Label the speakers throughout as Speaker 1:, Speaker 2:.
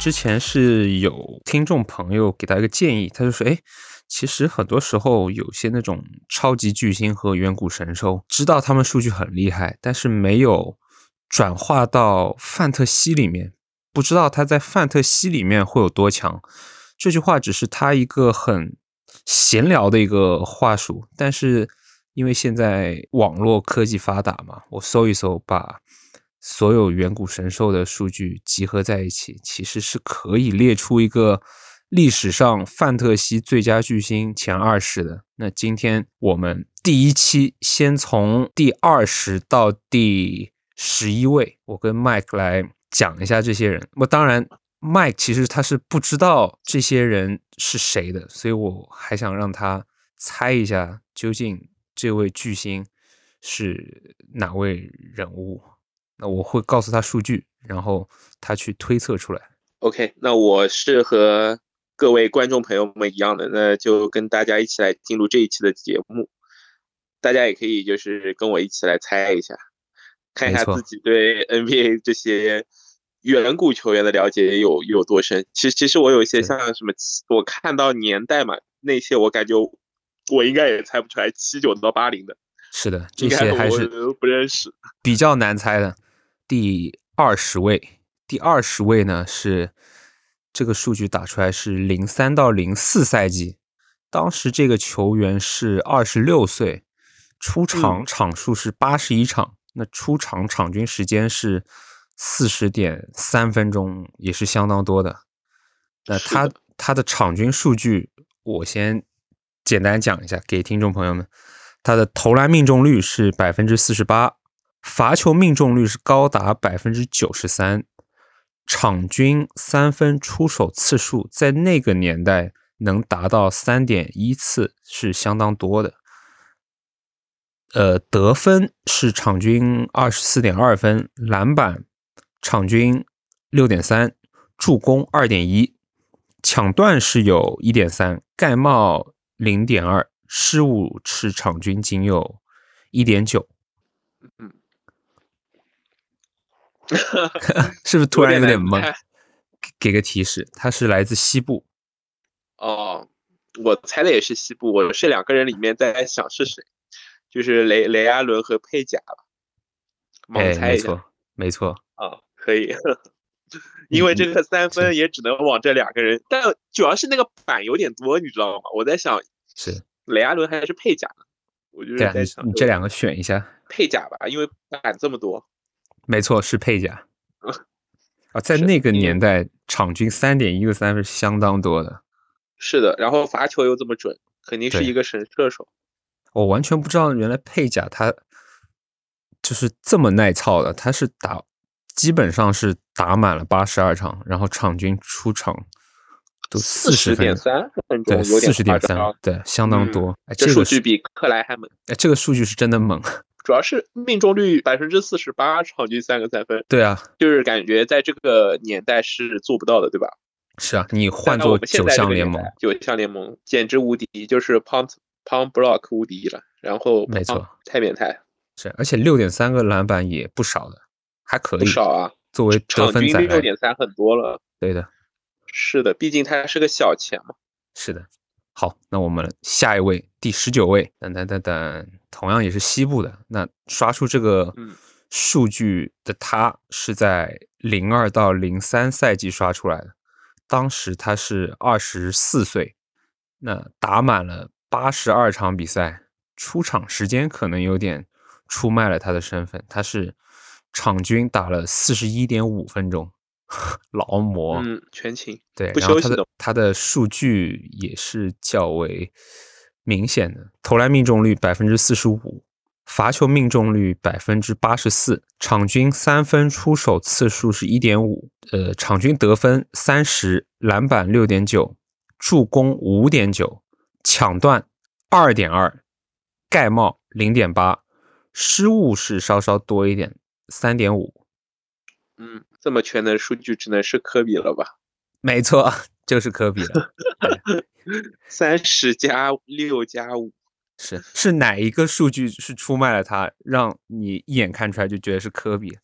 Speaker 1: 之前是有听众朋友给他一个建议，他就说：“哎，其实很多时候有些那种超级巨星和远古神兽，知道他们数据很厉害，但是没有转化到范特西里面，不知道他在范特西里面会有多强。”这句话只是他一个很闲聊的一个话术，但是因为现在网络科技发达嘛，我搜一搜把。所有远古神兽的数据集合在一起，其实是可以列出一个历史上范特西最佳巨星前二十的。那今天我们第一期先从第二十到第十一位，我跟 Mike 来讲一下这些人。我当然，Mike 其实他是不知道这些人是谁的，所以我还想让他猜一下究竟这位巨星是哪位人物。那我会告诉他数据，然后他去推测出来。
Speaker 2: OK，那我是和各位观众朋友们一样的，那就跟大家一起来进入这一期的节目。大家也可以就是跟我一起来猜一下，看一下自己对 NBA 这些远古球员的了解有有多深。其实，其实我有一些像什么，我看到年代嘛，那些我感觉我应该也猜不出来，七九到八零的。
Speaker 1: 是的，这些还是
Speaker 2: 不认识，
Speaker 1: 比较难猜的。第二十位，第二十位呢是这个数据打出来是零三到零四赛季，当时这个球员是二十六岁，出场场数是八十一场，那出场场均时间是四十点三分钟，也是相当多的。那他他的场均数据，我先简单讲一下给听众朋友们。他的投篮命中率是百分之四十八，罚球命中率是高达百分之九十三，场均三分出手次数在那个年代能达到三点一次是相当多的。呃，得分是场均二十四点二分，篮板场均六点三，助攻二点一，抢断是有一点三，盖帽零点二。失误是场均仅有一点九，
Speaker 2: 嗯，
Speaker 1: 是不是突然有点懵？给个提示，他是来自西部。
Speaker 2: 哦，我猜的也是西部。我是两个人里面在想是谁，就是雷雷阿伦和佩贾吧。
Speaker 1: 哎，没错，没错。
Speaker 2: 啊、哦，可以，
Speaker 1: 嗯
Speaker 2: 因为这个三分也只能往这两个人，嗯、但主要是那个板有点多，你知道吗？我在想
Speaker 1: 是。
Speaker 2: 雷阿伦还是配甲呢？我就是在想，
Speaker 1: 啊你这两个选一下
Speaker 2: 配甲吧，因为板这么多。
Speaker 1: 没错，是配甲。
Speaker 2: 呃
Speaker 1: 啊，在那个年代，场均三点一个三是相当多的。
Speaker 2: 是的，然后罚球又这么准，肯定是一个神射手。
Speaker 1: 我完全不知道，原来配甲他就是这么耐操的。他是打，基本上是打满了八十二场，然后场均出场。都四
Speaker 2: 十点三分钟，
Speaker 1: 对，四十点三，对，相当多。嗯、哎，这
Speaker 2: 个啊数据比克莱还猛。
Speaker 1: 哎，这个数据是真的猛。
Speaker 2: 主要是命中率百分之四十八，场均三个三分。
Speaker 1: 对啊，
Speaker 2: 就是感觉在这个年代是做不到的，对吧？
Speaker 1: 是啊， 你换做九项联盟，
Speaker 2: 九项联盟简直无敌，就是 pound pound block 无敌了。然后
Speaker 1: 没错，
Speaker 2: 太变态。
Speaker 1: 是，而且六点三个篮板也不少的，还可以。
Speaker 2: 不少啊，
Speaker 1: 作为得分仔，
Speaker 2: 六点三很多了。
Speaker 1: 对的。
Speaker 2: 是的，毕竟他是个小钱嘛。
Speaker 1: 是的，好，那我们下一位，第十九位，等等等等，同样也是西部的。那刷出这个数据的他是在零二到零三赛季刷出来的，当时他是二十四岁，那打满了八十二场比赛，出场时间可能有点出卖了他的身份，他是场均打了四十一点五分钟。 劳模，
Speaker 2: 嗯，全勤，
Speaker 1: 对，
Speaker 2: 不休息
Speaker 1: 的。他的数据也是较为明显的，投篮命中率百分之四十五，罚球命中率百分之八十四，场均三分出手次数是一点五，呃，场均得分三十，篮板六点九，助攻五点九，抢断二点二，盖帽零点八，失误是稍稍多一点，三点五。
Speaker 2: 嗯，这么全能数据只能是科比了吧？
Speaker 1: 没错， 就是科比了。
Speaker 2: 三十加六加五，
Speaker 1: 是是哪一个数据是出卖了他，让你一眼看出来就觉得是科比？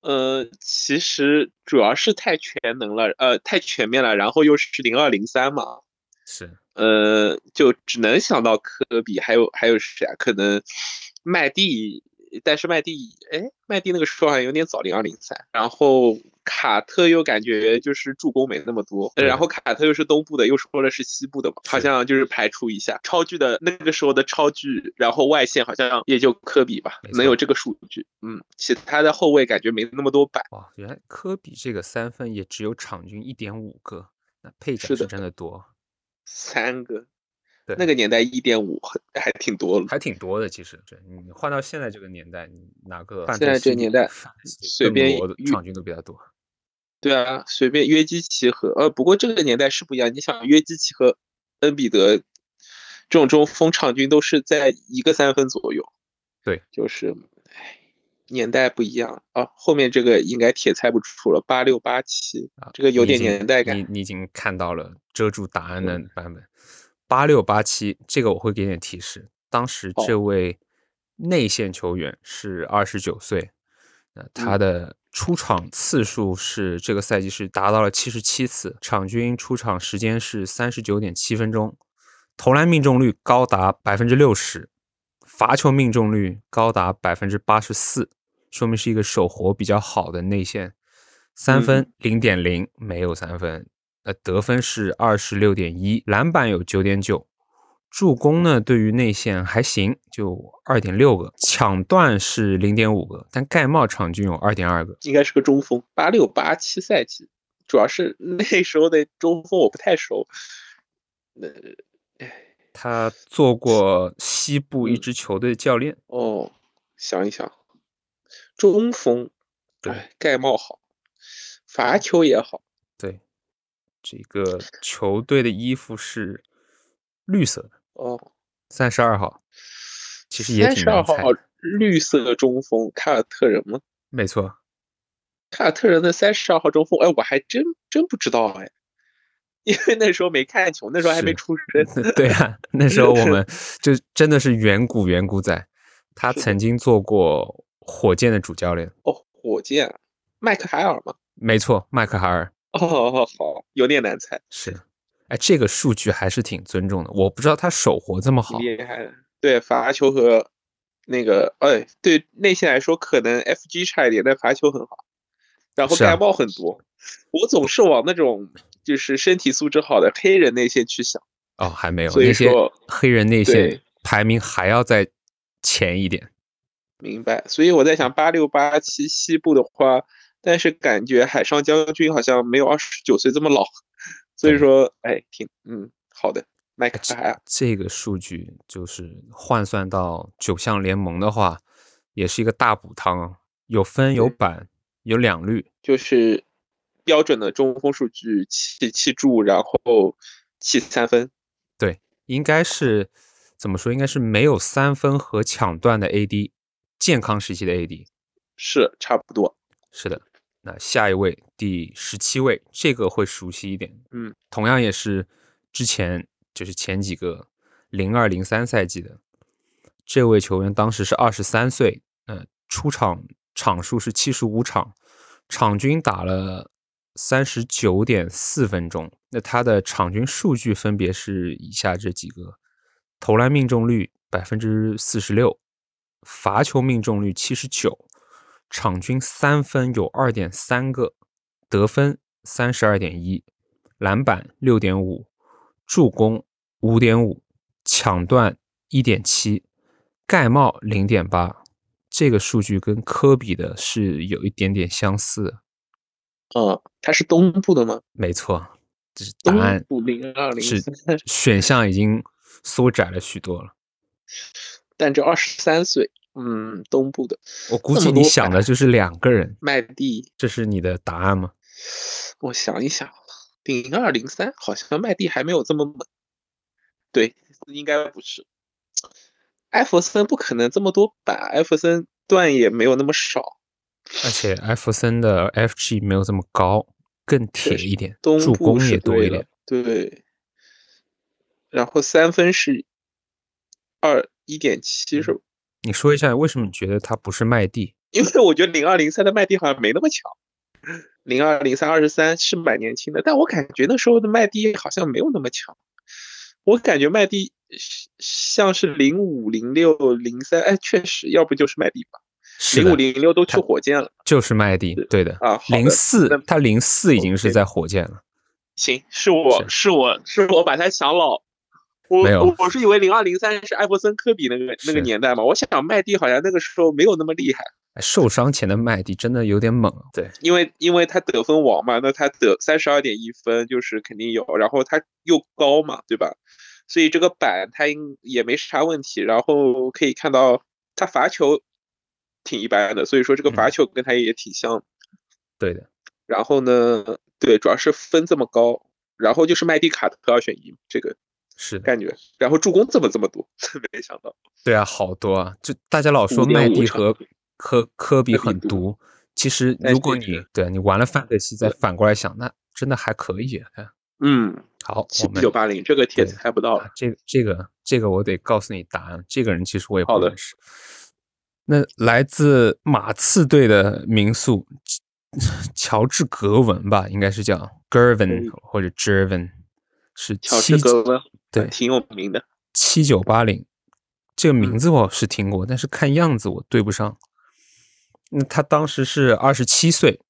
Speaker 2: 呃，其实主要是太全能了，呃，太全面了，然后又是零二零三嘛，
Speaker 1: 是
Speaker 2: 呃，就只能想到科比，还有还有谁啊？可能麦蒂，但是麦蒂，哎，麦蒂那个说法有点早，零二零三。然后卡特又感觉就是助攻没那么多，
Speaker 1: 对
Speaker 2: 然后卡特又是东部的，又说了是西部的嘛，
Speaker 1: 是
Speaker 2: 好像就是排除一下超巨的那个时候的超巨，然后外线好像也就科比吧
Speaker 1: 没，错
Speaker 2: 能有这个数据。嗯，其他的后卫感觉没那么多板。
Speaker 1: 哇，原来科比这个三分也只有场均一点五个，那配角
Speaker 2: 是
Speaker 1: 是
Speaker 2: 的
Speaker 1: 真的多，
Speaker 2: 三个，
Speaker 1: 对
Speaker 2: 那个年代一点五还挺多了，
Speaker 1: 还挺多的。其实，对你换到现在这个年代，你哪个半
Speaker 2: 现
Speaker 1: 队
Speaker 2: 在这
Speaker 1: 西
Speaker 2: 年
Speaker 1: 里
Speaker 2: 代随
Speaker 1: 邓
Speaker 2: 便
Speaker 1: 罗的
Speaker 2: 遇
Speaker 1: 场均都比较多。
Speaker 2: 对啊，随便约基奇和呃，不过这个年代是不一样。你想约基奇和恩比德这种中锋场均都是在一个三分左右，
Speaker 1: 对，
Speaker 2: 就是唉年代不一样啊。后面这个应该铁猜不出了，八六八七
Speaker 1: 啊
Speaker 2: 这个有
Speaker 1: 你已
Speaker 2: 点
Speaker 1: 经
Speaker 2: 年代感
Speaker 1: 你你已经看到了遮住答案的
Speaker 2: 嗯
Speaker 1: 版本，八六八七这个我会给点提示。当时
Speaker 2: 好
Speaker 1: 这位内线球员是二十九岁，那他
Speaker 2: 嗯
Speaker 1: 的出场次数是这个赛季是达到了七十七次，场均出场时间是三十九点七分钟，投篮命中率高达百分之六十，罚球命中率高达百分之八十四，说明是一个手活比较好的内线。三
Speaker 2: 嗯
Speaker 1: 分零点零，没有三分。呃，得分是二十六点一，篮板有九点九，助攻呢对于内线还行，就二点六个，抢断是零点五个，但盖帽场均有二点二个。
Speaker 2: 应该是个中锋。八六八七赛季，主要是 那时候的中锋我不太熟，那、
Speaker 1: 他做过西部一
Speaker 2: 嗯
Speaker 1: 支球队教练，
Speaker 2: 哦，想一想，中锋，
Speaker 1: 对
Speaker 2: 哎，盖帽好，罚球也好，
Speaker 1: 对，这个球队的衣服是绿色的，
Speaker 2: 哦，
Speaker 1: 三十二号，其实也挺
Speaker 2: 32
Speaker 1: 难猜
Speaker 2: 号
Speaker 1: 的。
Speaker 2: 绿色中锋凯尔特人吗？
Speaker 1: 没错，
Speaker 2: 凯尔特人的三十二号中锋，哎，我还真真不知道哎， 因为那时候没看球，那时候还没
Speaker 1: 是
Speaker 2: 出生。
Speaker 1: 对啊，那时候我 们就真的是远古远古仔，他
Speaker 2: 是的
Speaker 1: 曾经做过火箭的主教练，
Speaker 2: 哦，火箭啊，麦克海尔吗？
Speaker 1: 没错，麦克海尔
Speaker 2: 哦，好，有点难猜，
Speaker 1: 是。哎，这个数据还是挺尊重的，我不知道他手活这么好
Speaker 2: 挺，厉害的。对，罚球和那个，哎，对内线来说，可能 FG 差一点，但罚球很好，然后
Speaker 1: 是啊
Speaker 2: 盖帽很多。我总是往那种就是身体素质好的黑人内线去想。
Speaker 1: 哦，还没有
Speaker 2: 所以
Speaker 1: 那些
Speaker 2: 说
Speaker 1: 黑人内线
Speaker 2: 对
Speaker 1: 排名还要再前一点。
Speaker 2: 明白，所以我在想八六八七西部的话，但是感觉海上将军好像没有二十九岁这么老，所以
Speaker 1: 对
Speaker 2: 说，哎，挺嗯好的，麦克海尔，
Speaker 1: 这个数据就是换算到九项联盟的话，也是一个大补汤啊，有分有
Speaker 2: 对
Speaker 1: 板有两率，
Speaker 2: 就是标准的中锋数据，气气柱，然后气三分，
Speaker 1: 应该是怎么说？应该是没有三分和抢断的 AD，健康时期的 AD。
Speaker 2: 是差不多。
Speaker 1: 是的，那下一位第十七位，这个会熟悉一点。
Speaker 2: 嗯，
Speaker 1: 同样也是之前就是前几个零二零三赛季的这位球员，当时是二十三岁，呃，出场场数是七十五场，场均打了三十九点四分钟。那他的场均数据分别是以下这几个：投篮命中率百分之四十六，罚球命中率七十九，场均三分有二点三个，得分三十二点一，篮板六点五，助攻五点五，抢断一点七，盖帽零点八。这个数据跟科比的是有一点点相似的。
Speaker 2: 嗯，他是东部的吗？
Speaker 1: 没错，这是答
Speaker 2: 东
Speaker 1: 案
Speaker 2: 部零二嗯零
Speaker 1: 是
Speaker 2: 三，
Speaker 1: 选项已经缩窄了许多了。
Speaker 2: 但这二十三岁，嗯，东部的
Speaker 1: 我估
Speaker 2: 这
Speaker 1: 计
Speaker 2: 么
Speaker 1: 你
Speaker 2: 多
Speaker 1: 想的就是两个人，
Speaker 2: 麦蒂，
Speaker 1: 这是你的答案吗？
Speaker 2: 我想一想，零二零三好像麦蒂还没有这么猛，对，应该不是。艾弗森不可能这么多板，艾弗森段也没有那么少。
Speaker 1: 而且艾弗森的 FG 没有这么高，更铁
Speaker 2: 是
Speaker 1: 一点，
Speaker 2: 东
Speaker 1: 助
Speaker 2: 部
Speaker 1: 攻
Speaker 2: 是
Speaker 1: 也多
Speaker 2: 对
Speaker 1: 一
Speaker 2: 了
Speaker 1: 点。，
Speaker 2: 对。然后三分是二一点七是吧？
Speaker 1: 嗯你说一下为什么你觉得他不是麦蒂？
Speaker 2: 因为我觉得零二零三的麦迪好像没那么强。零二零三二十三是蛮年轻的，但我感觉那时候的麦迪好像没有那么强。我感觉麦迪像是零五零六零三，哎，确实，要不就是麦迪吧。
Speaker 1: 是
Speaker 2: 零
Speaker 1: 的
Speaker 2: 五零六都去火箭了。
Speaker 1: 就是麦迪，对的
Speaker 2: 啊好的
Speaker 1: 零四
Speaker 2: 那，
Speaker 1: 他零四已经是
Speaker 2: OK
Speaker 1: 在火箭了。
Speaker 2: 行，是我是我是我把他想老。我
Speaker 1: 没有
Speaker 2: 我我是以为零二零三是艾弗森、科比那个
Speaker 1: 是
Speaker 2: 那个年代嘛，我想麦迪好像那个时候没有那么厉害，
Speaker 1: 哎受伤前的麦迪真的有点猛，啊对，
Speaker 2: 因为因为他得分王嘛，那他得三十二点一分就是肯定有，然后他又高嘛，对吧？所以这个板他应也没啥问题，然后可以看到他罚球挺一般的，所以说这个罚
Speaker 1: 嗯
Speaker 2: 球跟他也挺像的
Speaker 1: 对的，
Speaker 2: 然后呢，对，主要是分这么高，然后就是麦迪卡特二选一这个
Speaker 1: 是的，
Speaker 2: 感觉，然后助攻怎么这么多？ 没想到，
Speaker 1: 对啊，好多啊，就大家老说
Speaker 2: 5.5
Speaker 1: 麦迪
Speaker 2: 场
Speaker 1: 和科科比
Speaker 2: 科比
Speaker 1: 很
Speaker 2: 毒
Speaker 1: 毒，其实
Speaker 2: 但
Speaker 1: 如果
Speaker 2: 哎是
Speaker 1: 你对你玩了范特西，再反过来想，那真的还可以啊。哎
Speaker 2: 嗯，
Speaker 1: 好，
Speaker 2: 七
Speaker 1: 我们
Speaker 2: 九八零这个帖
Speaker 1: 对
Speaker 2: 子猜不到
Speaker 1: 啊
Speaker 2: 了，，
Speaker 1: 这个这个这个我得告诉你答案。这个人其实我也不
Speaker 2: 好的
Speaker 1: 认识。那来自马刺队的名宿乔治·格文吧，应该是叫 Gervin
Speaker 2: 以
Speaker 1: 或者 Gervin，是
Speaker 2: 嗯乔治
Speaker 1: 七
Speaker 2: 格温
Speaker 1: 对
Speaker 2: 挺有名的，
Speaker 1: 七九八零，这个
Speaker 2: 嗯
Speaker 1: 名字我是听过，但是看样子我对不上。那他当时是二十七岁，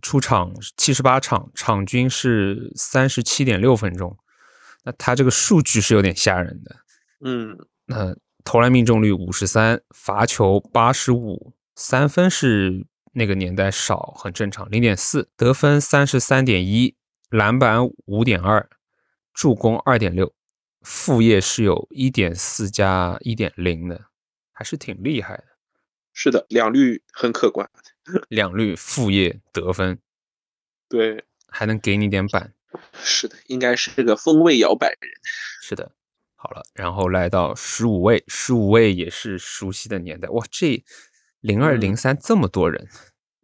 Speaker 1: 出场七十八场，场均是三十七点六分钟。那他这个数据是有点吓人的，
Speaker 2: 嗯，
Speaker 1: 那投篮命中率五十三，罚球八十五，三分是那个年代少，很正常，零点四，得分三十三点一，篮板五点二，助攻二点六，副业是有一点四加一点零的，还是挺厉害的。
Speaker 2: 是的，两率很可观，
Speaker 1: 两率副业得分
Speaker 2: 对，
Speaker 1: 还能给你点板，
Speaker 2: 是的，应该是个风味摇摆人，
Speaker 1: 是的。好了，然后来到十五位，十五位也是熟悉的年代，哇，这零二零三这么多人，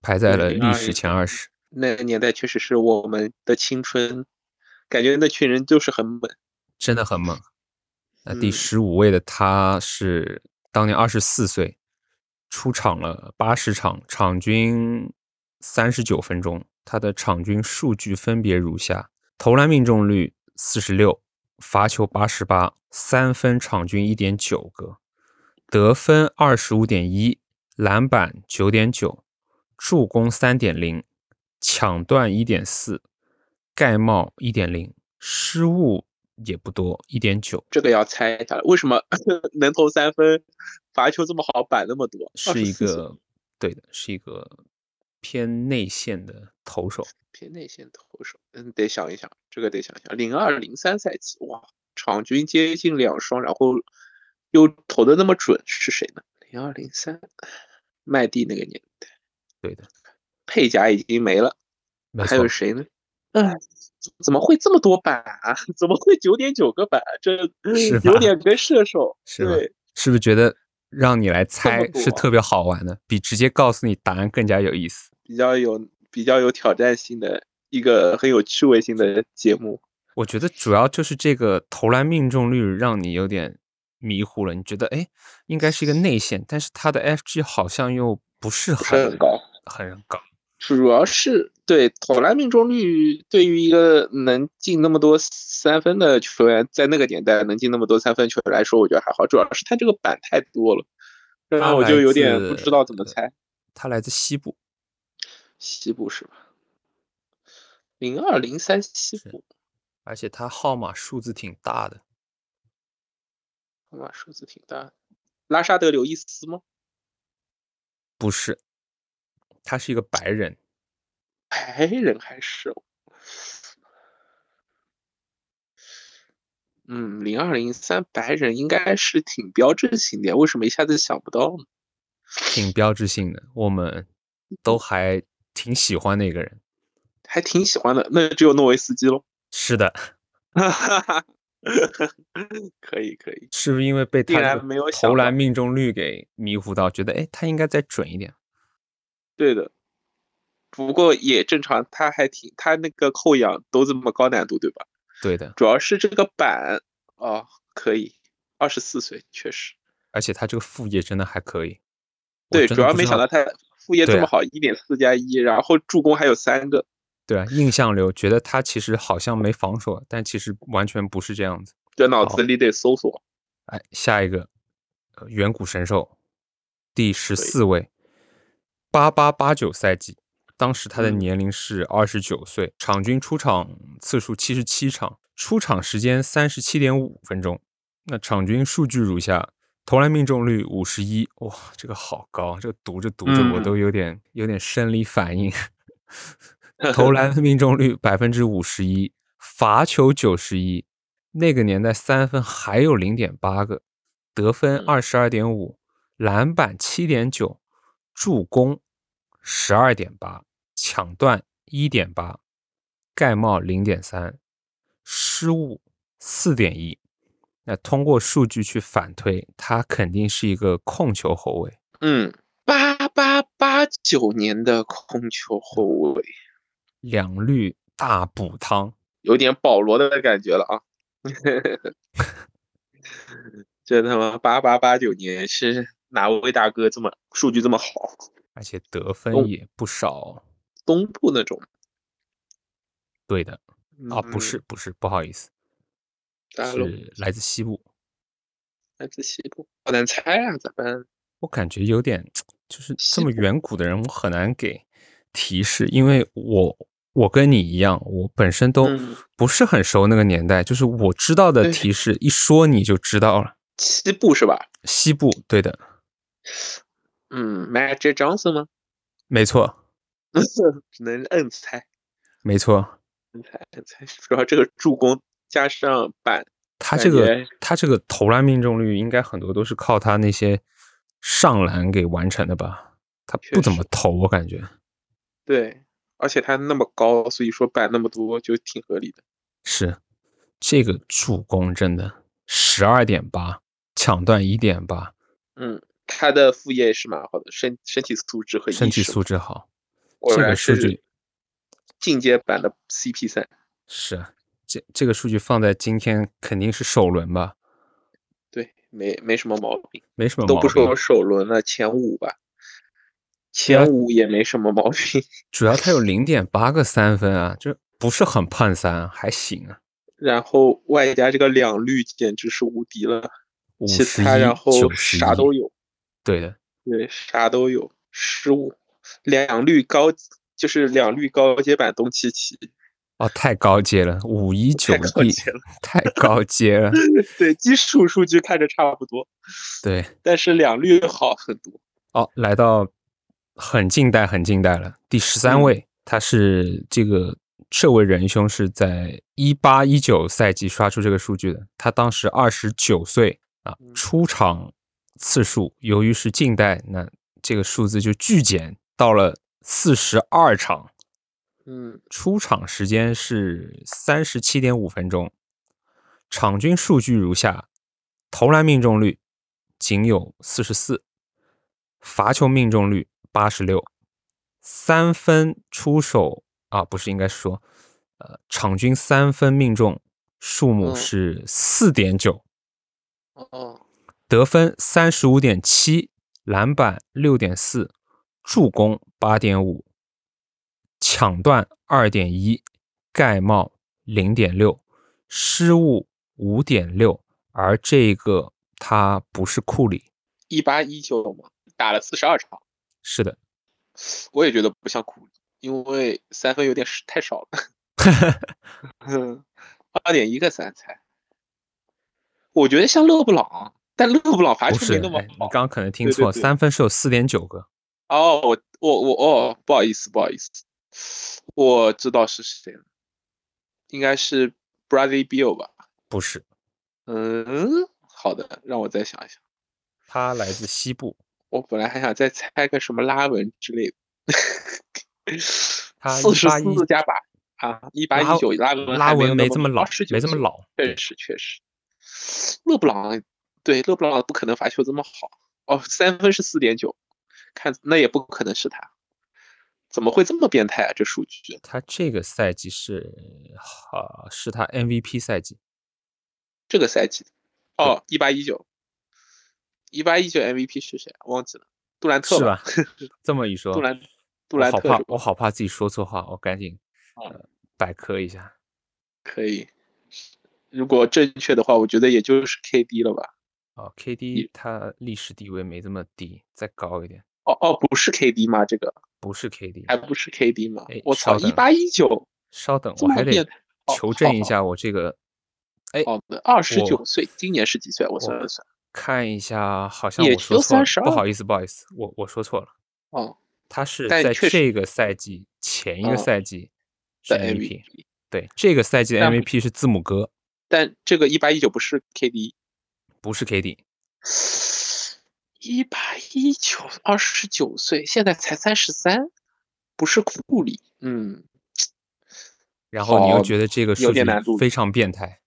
Speaker 1: 排在了
Speaker 2: 对
Speaker 1: 历
Speaker 2: 02
Speaker 1: 史前二十。
Speaker 2: 那个年代确实是我们的青春，感觉那群人就是很猛，
Speaker 1: 真的很猛。那第
Speaker 2: 嗯
Speaker 1: 十五位的他是当年二十四岁，出场了八十场，场均三十九分钟。他的场均数据分别如下：投篮命中率四十六，罚球八十八，三分场均一点九个，得分二十五点一，篮板九点九，助攻三点零，抢断一点四，盖帽一点零，失误也不多，一点九，
Speaker 2: 这个要猜一下了，为什么 能投三分，罚球这么好，板那么多？
Speaker 1: 是一
Speaker 2: 24岁
Speaker 1: 个对的，是一个偏内线的投手。
Speaker 2: 偏内线投手，嗯，得想一想，这个得想一想。零二零三赛季，哇，场均接近两双，然后又投的那么准，是谁呢？零二零三，麦蒂那个年代，
Speaker 1: 对的，
Speaker 2: 佩贾已经没了，
Speaker 1: 没
Speaker 2: 还
Speaker 1: 错
Speaker 2: 有，谁呢？哎，怎么会这么多板啊？ 怎么会九点九个板啊？这
Speaker 1: 是吧
Speaker 2: 有点跟射手
Speaker 1: 是吧
Speaker 2: 对
Speaker 1: 是不是觉得让你来猜是
Speaker 2: 多
Speaker 1: 特别好玩的，比直接告诉你答案更加有意思？
Speaker 2: 比较有比较有挑战性的一个很有趣味性的节目。
Speaker 1: 我觉得主要就是这个投篮命中率让你有点迷糊了，你觉得哎，诶应该是一个内线，但是他的 FG 好像又不是
Speaker 2: 不是很高，
Speaker 1: 很高。
Speaker 2: 主要是对投篮命中率，对于一个能进那么多三分的球员，在那个年代能进那么多三分球员来说，我觉得还好。主要是他这个板太多了，
Speaker 1: 他
Speaker 2: 让我就
Speaker 1: 来
Speaker 2: 有点
Speaker 1: 自
Speaker 2: 不知道怎么猜。
Speaker 1: 他来自西部，
Speaker 2: 西部是吧？零二零三西
Speaker 1: 是
Speaker 2: 部，
Speaker 1: 而且他号码数字挺大的，
Speaker 2: 哇，数字挺大的。拉沙德·刘易斯吗？
Speaker 1: 不是，他是一个白人，
Speaker 2: 白人还是？哦嗯，零二零三白人应该是挺标志性的，为什么一下子想不到呢？
Speaker 1: 挺标志性的，我们都
Speaker 2: 嗯
Speaker 1: 还挺喜欢的一个人。
Speaker 2: 还挺喜欢的，那只有诺维斯基喽。
Speaker 1: 是的，
Speaker 2: 哈哈哈， 可以可以，
Speaker 1: 是不是因为被
Speaker 2: 竟
Speaker 1: 他这
Speaker 2: 然
Speaker 1: 个
Speaker 2: 没有
Speaker 1: 投
Speaker 2: 想
Speaker 1: 篮
Speaker 2: 到
Speaker 1: 命中率给迷糊到，觉得哎，他应该再准一点。
Speaker 2: 对的。不过也正常，他还挺他那个扣氧都这么高难度，对吧？
Speaker 1: 对的，
Speaker 2: 主要是这个板哦，可以，二十四岁确实
Speaker 1: 而且他这个副业真的还可以。我
Speaker 2: 对，
Speaker 1: 真
Speaker 2: 主
Speaker 1: 的
Speaker 2: 要
Speaker 1: 不
Speaker 2: 没
Speaker 1: 知
Speaker 2: 想
Speaker 1: 道
Speaker 2: 到他副业这
Speaker 1: 对
Speaker 2: 么
Speaker 1: 啊
Speaker 2: 好，一点四加一，然后助攻还有三个，
Speaker 1: 对啊，印象流觉得他其实好像没防守，但其实完全不是这样子。
Speaker 2: 这脑子里得搜索。
Speaker 1: 哎，下一个，呃远古神兽，第十四位，八八八九赛季，当时他的
Speaker 2: 嗯
Speaker 1: 年龄是二十九岁，场均出场次数七十七场，出场时间三十七点五分钟。那场均数据如下：投篮命中率五十一，哇，这个好高！啊这个读着读着我
Speaker 2: 嗯
Speaker 1: 都有点、有点生理反应。 投篮命中率百分之五十一，罚球九十一，那个年代三分还有零点八个，得分
Speaker 2: 嗯
Speaker 1: 二十二点五，篮板七点九，助攻十二点八，抢断一点八，盖帽零点三，失误四点一。那通过数据去反推，他肯定是一个控球后卫。
Speaker 2: 嗯，八八八九年的控球后卫，
Speaker 1: 两绿大补汤，
Speaker 2: 有点保罗的感觉了啊。 这他妈八八八九年是哪位大哥这么数据这么好？
Speaker 1: 而且得
Speaker 2: 哦
Speaker 1: 分也不少。
Speaker 2: 东部那种
Speaker 1: 对的啊，不
Speaker 2: 嗯
Speaker 1: 是不是，不好意思，
Speaker 2: 大陆
Speaker 1: 是来自西部。
Speaker 2: 来自西部，好难猜啊，咱们
Speaker 1: 我感觉有点就是这
Speaker 2: 西
Speaker 1: 么
Speaker 2: 部
Speaker 1: 远古的人，我很难给提示，因为我我跟你一样，我本身都
Speaker 2: 嗯
Speaker 1: 不是很熟那个年代，就是我知道的
Speaker 2: 对
Speaker 1: 提示一说你就知道了。
Speaker 2: 西部是吧？
Speaker 1: 西部，对的，
Speaker 2: 嗯，Magic Johnson 吗？
Speaker 1: 没错，
Speaker 2: 只能硬猜，
Speaker 1: 没错。
Speaker 2: 硬猜，硬猜。主要这个助攻加上板，
Speaker 1: 他
Speaker 2: 感
Speaker 1: 啊这个
Speaker 2: 觉
Speaker 1: 他这个投篮命中率应该很多都是靠他那些上篮给完成的吧？他
Speaker 2: 确
Speaker 1: 不怎
Speaker 2: 实
Speaker 1: 么投，我感觉。
Speaker 2: 对，而且他那么高，所以说板那么多就挺合理的。
Speaker 1: 是这个助攻真的十二点八，抢断一点八，
Speaker 2: 嗯，他的副业也是蛮好的，身身体素质和
Speaker 1: 身
Speaker 2: 意
Speaker 1: 体
Speaker 2: 识嘛
Speaker 1: 素质好，
Speaker 2: 果
Speaker 1: 这个
Speaker 2: 然
Speaker 1: 数
Speaker 2: 是
Speaker 1: 据
Speaker 2: 进阶版的 CP 三。
Speaker 1: 是啊这这个数据放在今天肯定是首轮吧，
Speaker 2: 对，没没什么毛病，
Speaker 1: 没什么
Speaker 2: 都
Speaker 1: 毛
Speaker 2: 不
Speaker 1: 病。啊
Speaker 2: 说首轮了，前五吧，前五也没什么毛病。
Speaker 1: 主要他有零点八个三分啊，这不是很判三啊，还行啊，
Speaker 2: 然后外加这个两绿简直是无敌了，
Speaker 1: 五
Speaker 2: 其
Speaker 1: 十
Speaker 2: 他然
Speaker 1: 一
Speaker 2: 后
Speaker 1: 九十
Speaker 2: 啥都
Speaker 1: 一，
Speaker 2: 有，
Speaker 1: 对的，
Speaker 2: 对，啥都有，失误，两绿高就是两绿高阶版东契奇，
Speaker 1: 哦，太高阶了，五一九
Speaker 2: 太高
Speaker 1: 一，
Speaker 2: 阶了，
Speaker 1: 太高阶了，
Speaker 2: 对，基础数据看着差不多，
Speaker 1: 对，
Speaker 2: 但是两绿好很多，
Speaker 1: 哦，来到很近代、很近代了，第十三
Speaker 2: 嗯
Speaker 1: 位，他是这个这位仁兄是在一八一九赛季刷出这个数据的，他当时二十九岁啊，
Speaker 2: 嗯
Speaker 1: 出场次数由于是近代，那这个数字就巨减到了四十二场，
Speaker 2: 嗯，
Speaker 1: 出场时间是三十七点五分钟，场均数据如下：投篮命中率仅有四十四，罚球命中率八十六，三分出手啊，不是应该说，呃，场均三分命中数目
Speaker 2: 嗯
Speaker 1: 是四点九，
Speaker 2: 哦，
Speaker 1: 得分三十五点七，篮板六点四，助攻八点五，抢断二点一，盖帽零点六，失误五点六，而这个他不是库里，
Speaker 2: 一八一九嘛，打了四十二场，
Speaker 1: 是的，
Speaker 2: 我也觉得不像库里，因为三分有点是太少了， 嗯，二点一个三才，我觉得像勒布朗，但勒布朗罚
Speaker 1: 不
Speaker 2: 球
Speaker 1: 是，
Speaker 2: 没那么
Speaker 1: 哎你
Speaker 2: 好
Speaker 1: 刚。刚可能听
Speaker 2: 对对
Speaker 1: 错，
Speaker 2: 对
Speaker 1: 三分是有四点九个，
Speaker 2: 哦，我我我哦，不好意思，不好意思，我知道是谁了，应该是 Bradley Beal 吧？
Speaker 1: 不是，
Speaker 2: 嗯，好的，让我再想一想。
Speaker 1: 他来自西部，
Speaker 2: 我本来还想再猜个什么拉文之类的，
Speaker 1: 他
Speaker 2: 四十
Speaker 1: 181
Speaker 2: 四加八啊，一 八
Speaker 1: 拉
Speaker 2: 一九拉文
Speaker 1: 拉文没这么老，
Speaker 2: 十九
Speaker 1: 没这么，老，
Speaker 2: 确实确实。勒布朗对勒布朗不可能罚球这么好哦，三分是四点九，看那也不可能是他，怎么会这么变态啊？这数据。
Speaker 1: 他这个赛季是啊、是他 MVP 赛季。
Speaker 2: 这个赛季的。哦，一八一九，一八一九 MVP 是谁啊？忘记了。杜兰特
Speaker 1: 是 吧？这么一说，
Speaker 2: 杜兰杜
Speaker 1: 我
Speaker 2: 兰
Speaker 1: 好
Speaker 2: 特
Speaker 1: 怕
Speaker 2: 是，吧哦
Speaker 1: 我好怕自己说错话，我赶紧、呃、百科一下。
Speaker 2: 可以。如果正确的话，我觉得也就是 KD 了吧？
Speaker 1: 哦，KD 他历史地位没这么低，再高一点，
Speaker 2: 哦哦，不是 KD 吗？这个
Speaker 1: 不是 KD。
Speaker 2: 还不是 KD 吗
Speaker 1: 哎？
Speaker 2: 我
Speaker 1: 稍
Speaker 2: 操，
Speaker 1: 等
Speaker 2: 一八一九，
Speaker 1: 稍等，
Speaker 2: 这
Speaker 1: 我
Speaker 2: 么
Speaker 1: 还得
Speaker 2: 变态哦
Speaker 1: 求
Speaker 2: 好
Speaker 1: 证一
Speaker 2: 好哦
Speaker 1: 下我这个，哎，
Speaker 2: 好的，哦二十
Speaker 1: 我
Speaker 2: 九岁，今年是几岁？我算了算，
Speaker 1: 看一下，好像
Speaker 2: 也
Speaker 1: 我说
Speaker 2: 就
Speaker 1: 错了，不
Speaker 2: 32
Speaker 1: 好意思，不好意思，我我说错了，
Speaker 2: 哦，
Speaker 1: 他是
Speaker 2: 但
Speaker 1: 在
Speaker 2: 确实
Speaker 1: 这个赛季前一个
Speaker 2: 嗯
Speaker 1: 赛季是
Speaker 2: 的
Speaker 1: MVP，
Speaker 2: MVP。
Speaker 1: 对，这个赛季的
Speaker 2: 但
Speaker 1: MVP 是字母哥，
Speaker 2: 但这个一八一九不是 KD，
Speaker 1: 不是 KD，
Speaker 2: 一八一九二十九岁，现在才三十三，不是库里，嗯，
Speaker 1: 然后你又
Speaker 2: 好
Speaker 1: 觉得这个
Speaker 2: 有
Speaker 1: 数据
Speaker 2: 点难度
Speaker 1: 非常变态，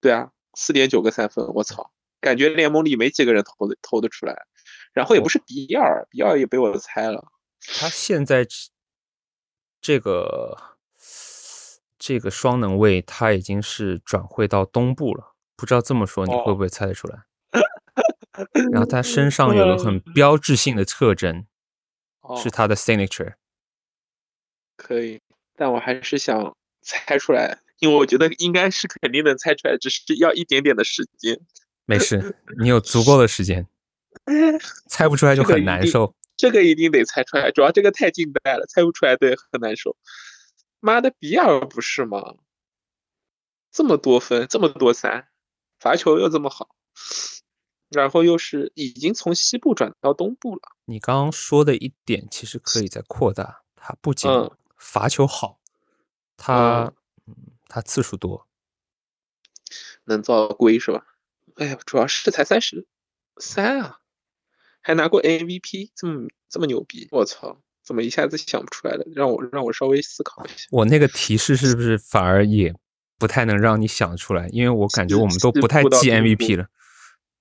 Speaker 2: 对啊，四点九个三分，我操，感觉联盟里没几个人投的投得出来，然后也不是比尔，比尔也被我猜了，
Speaker 1: 他现在这这个这个双能卫他已经是转会到东部了，不知道这么说你会
Speaker 2: 哦
Speaker 1: 不会猜得出 来？然后他身上有个很标志性的特征，
Speaker 2: 嗯哦
Speaker 1: 是他的 signature。
Speaker 2: 可以，但我还是想猜出来，因为我觉得应该是肯定能猜出来，只是要一点点的时间。
Speaker 1: 没 事，你有足够的时间，猜不出来就
Speaker 2: 这个
Speaker 1: 很
Speaker 2: 一
Speaker 1: 难
Speaker 2: 定
Speaker 1: 受。
Speaker 2: 这个一定得猜出来，主要这个太近代了，猜不出来对很难受。妈的，比尔不是吗？这么多分，这么多三，罚球又这么好，然后又是已经从西部转到东部了。
Speaker 1: 你刚刚说的一点其实可以再扩大，他不仅
Speaker 2: 嗯
Speaker 1: 罚球好，他嗯他次数多，
Speaker 2: 能造龟是吧？哎呀，主要是才三十三啊，还拿过 MVP，这么这么牛逼，我操！怎么一下子想不出来了？让我让我稍微思考一下。
Speaker 1: 我那个提示是不是反而也不太能让你想出来？因为我感觉我们都
Speaker 2: 是
Speaker 1: 不太
Speaker 2: 不到
Speaker 1: 记
Speaker 2: 这一步
Speaker 1: MVP 了。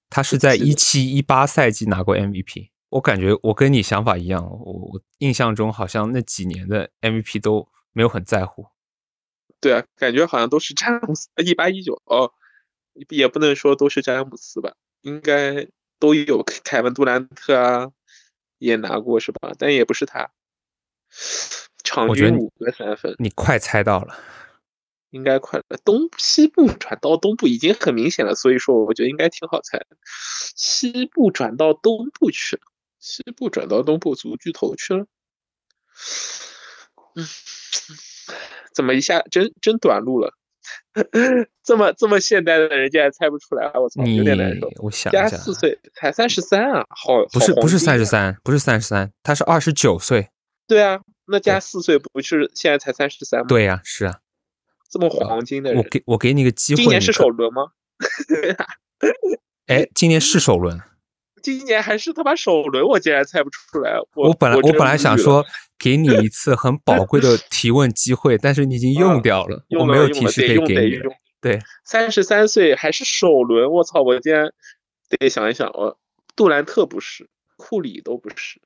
Speaker 1: 他是在
Speaker 2: 是的
Speaker 1: 一七一八赛季拿过 MVP，我感觉我跟你想法一样，我我印象中好像那几年的 MVP 都没有很在乎。
Speaker 2: 对啊，感觉好像都是詹姆斯一八一九哦，也不能说都是詹姆斯吧，应该都有凯文杜兰特啊，也拿过是吧？但也不是他，场
Speaker 1: 我觉得
Speaker 2: 均
Speaker 1: 你
Speaker 2: 五个三分，
Speaker 1: 你快猜到了，
Speaker 2: 应该快了。东西部转到东部已经很明显了，所以说我觉得应该挺好猜的。西部转到东部去了，西部转到东部足巨头去了。嗯，怎么一下真真短路了？ 这么这么现代的人家还猜不出来，哎我操，
Speaker 1: 你
Speaker 2: 哦有点难受。
Speaker 1: 我想一
Speaker 2: 加
Speaker 1: 下，啊
Speaker 2: 四岁才三十三啊，好，
Speaker 1: 不
Speaker 2: 好
Speaker 1: 是不
Speaker 2: 黄
Speaker 1: 是
Speaker 2: 金
Speaker 1: 三十
Speaker 2: 啊
Speaker 1: 三，不是三十三，他是二十九岁。
Speaker 2: 对啊，那
Speaker 1: 对
Speaker 2: 加四岁不是现在才三十三吗？，
Speaker 1: 对呀、是啊，
Speaker 2: 这么黄金的
Speaker 1: 我
Speaker 2: 人，
Speaker 1: 给我给你个机会，
Speaker 2: 今年
Speaker 1: 你
Speaker 2: 是
Speaker 1: 可
Speaker 2: 首嗯轮吗？
Speaker 1: 哎，今年是首轮。
Speaker 2: 今年还是他妈首轮，我竟然猜不出来。我
Speaker 1: 我本来
Speaker 2: 我
Speaker 1: 我
Speaker 2: 真
Speaker 1: 本来
Speaker 2: 无
Speaker 1: 想
Speaker 2: 语了
Speaker 1: 说给你一次很宝贵 的提问机会，但是你已经用
Speaker 2: 嗯
Speaker 1: 掉了，我
Speaker 2: 用
Speaker 1: 没
Speaker 2: 了
Speaker 1: 有
Speaker 2: 用
Speaker 1: 提
Speaker 2: 了
Speaker 1: 示
Speaker 2: 得
Speaker 1: 可以
Speaker 2: 用
Speaker 1: 给
Speaker 2: 得
Speaker 1: 你了。
Speaker 2: 用，
Speaker 1: 对，
Speaker 2: 三十三岁还是首轮，我操！我竟然得想一想，我杜兰特不是，库里都不是，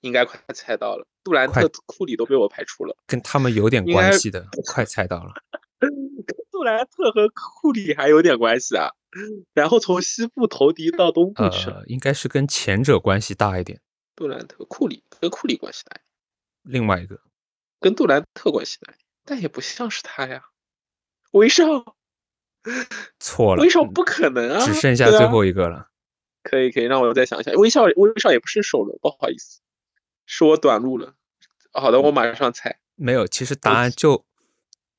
Speaker 2: 应该快猜到了。杜兰
Speaker 1: 快
Speaker 2: 特、库里都被我排除了，
Speaker 1: 跟他们有点
Speaker 2: 应
Speaker 1: 关
Speaker 2: 该
Speaker 1: 系的，快猜到了。
Speaker 2: 杜兰特和库里还有点关系啊。然后从西部投敌到东部去了，
Speaker 1: 呃，应该是跟前者关系大一点。
Speaker 2: 杜兰特、库里跟库里关系大，
Speaker 1: 另外一个，
Speaker 2: 跟杜兰特关系大，但也不像是他呀。威少，
Speaker 1: 错了，嗯
Speaker 2: 威少不可能啊，
Speaker 1: 只剩下
Speaker 2: 对
Speaker 1: 最
Speaker 2: 啊
Speaker 1: 后一个了。
Speaker 2: 可以可以，让我再想一下。微笑微笑也不是首轮，不好意思，是我短路了。好
Speaker 1: 嗯
Speaker 2: 的，我马上猜。
Speaker 1: 没有，其实答案就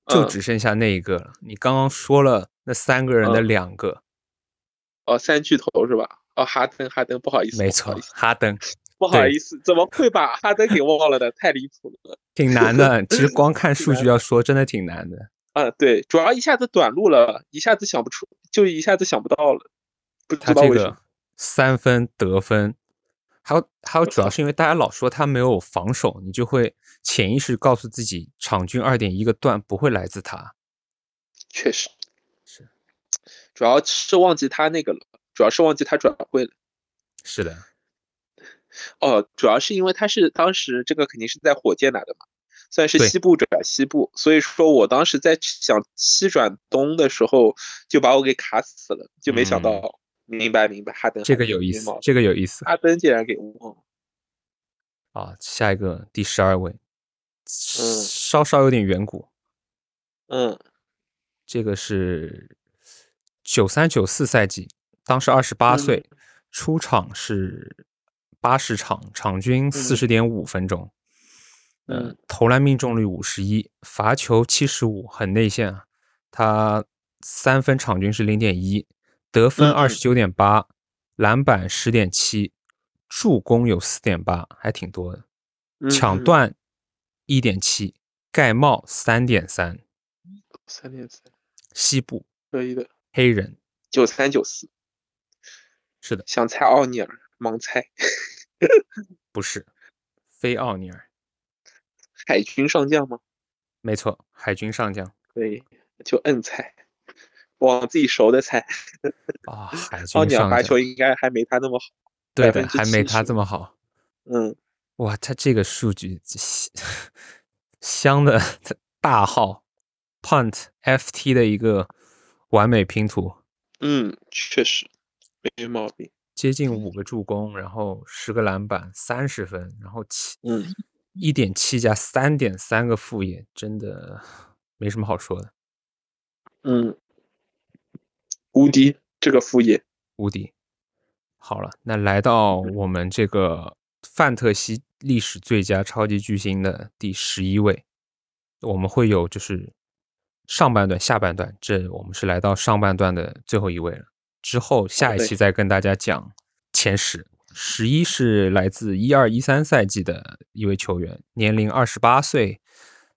Speaker 1: 就
Speaker 2: 嗯
Speaker 1: 只剩下那一个了。你刚刚说了那三个人的
Speaker 2: 嗯
Speaker 1: 两个，
Speaker 2: 哦，三巨头是吧？哦，哈登，哈登，不好意思，
Speaker 1: 没
Speaker 2: 不
Speaker 1: 错
Speaker 2: 好意，思，
Speaker 1: 哈登
Speaker 2: 不好
Speaker 1: 对
Speaker 2: 意思，怎么会把哈登给忘了呢？太离谱了。
Speaker 1: 挺难 的。其实光看
Speaker 2: 挺
Speaker 1: 数
Speaker 2: 难
Speaker 1: 据要说，真的挺难的。
Speaker 2: 啊，对，主要一下子短路了，一下子想不出，就一下子想不到了，不
Speaker 1: 他
Speaker 2: 知道
Speaker 1: 这
Speaker 2: 为什么。
Speaker 1: 个三分得分，还有还有，主要是因为大家老说他没有防守，你就会潜意识告诉自己，场均二点一个段不会来自他。
Speaker 2: 确实
Speaker 1: 是，
Speaker 2: 主要是忘记他那个了，主要是忘记他转会了。
Speaker 1: 是的，
Speaker 2: 哦，主要是因为他是当时这个肯定是在火箭拿的嘛，算是
Speaker 1: 对
Speaker 2: 西部转西部，所以说我当时在想西转东的时候就把我给卡死了，就没
Speaker 1: 嗯
Speaker 2: 想到明白明白，哈登
Speaker 1: 这个有意思，这个有意思。
Speaker 2: 哈登竟然给忘了。
Speaker 1: 啊，下一个第十二位，稍稍有点远古，
Speaker 2: 嗯，
Speaker 1: 这个是九三九四赛季，当时二十
Speaker 2: 嗯
Speaker 1: 八岁，出场是八十场，场均四十点五分钟，呃
Speaker 2: 嗯，
Speaker 1: 投篮命中率五十一，罚球七十五，很内线啊。他三分场均是零点一，得分
Speaker 2: 嗯
Speaker 1: 二十九点八，篮板十点七，助攻有四点八，还挺多的。
Speaker 2: 嗯
Speaker 1: 抢断一点七，盖帽三点三，
Speaker 2: 三点三，
Speaker 1: 西部
Speaker 2: 可以的，
Speaker 1: 黑人
Speaker 2: 九三九四，
Speaker 1: 是的，
Speaker 2: 想猜奥尼尔，盲猜，
Speaker 1: 不是非奥尼尔，
Speaker 2: 海军上将吗？
Speaker 1: 没错，海军上将
Speaker 2: 可以，就摁猜，往自己熟的猜。
Speaker 1: 啊，海
Speaker 2: 奥
Speaker 1: 军
Speaker 2: 尼尔
Speaker 1: 上
Speaker 2: 罚球
Speaker 1: 将，
Speaker 2: 应该还没他那么好。
Speaker 1: 对的，
Speaker 2: 70%
Speaker 1: 还没他这么好。
Speaker 2: 嗯，
Speaker 1: 哇，他这个数据香的大号 punt ft 的一个完美拼图，
Speaker 2: 嗯，确实没毛病。
Speaker 1: 接近
Speaker 2: 嗯
Speaker 1: 五个助攻，然后十个篮板，三十分，然后七
Speaker 2: 嗯，
Speaker 1: 一点七加三点三个副业，真的没什么好说的，
Speaker 2: 嗯，无敌这个副业，
Speaker 1: 无敌。好了，那来到我们这个范特西历史最佳超级巨星的第十一位，我们会有就是上半段、下半段，这我们是来到上半段的最后一位了。之后下一
Speaker 2: 对
Speaker 1: 期再跟大家讲前十。十一是来自一二一三赛季的一位球员，年龄二十八岁，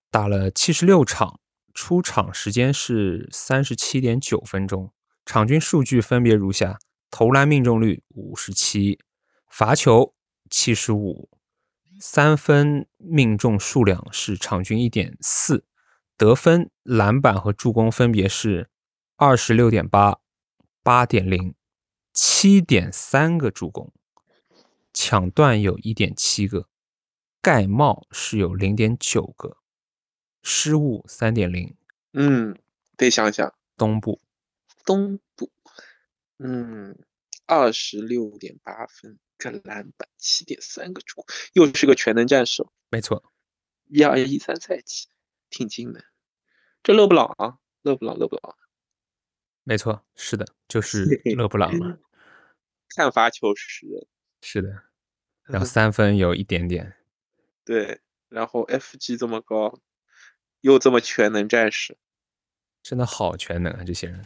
Speaker 1: 打了七十六场，出场时间是三十七点九分钟，场均数据分别如下：投篮命中率五十七，罚球七十五，三分命中数量是场均一点四，得分、篮板和助攻分别是二十六点八、八点零、七点三个助攻，抢断有一点七个，盖帽是有零点九个，失误三点零，
Speaker 2: 嗯，得想想
Speaker 1: 东部
Speaker 2: 东部，嗯，二十六点八分，跟篮板七点三个助攻，又是个全能战士哦。
Speaker 1: 没错，
Speaker 2: 一二一三赛季，挺近的。这勒布朗啊，勒布朗，勒布朗，
Speaker 1: 没错，是的，就是勒布朗了，
Speaker 2: 看罚球诗人，
Speaker 1: 是的，然
Speaker 2: 嗯
Speaker 1: 后三分有一点点，
Speaker 2: 对，然后 FG 这么高，又这么全能战士，
Speaker 1: 真的好全能啊，这些人。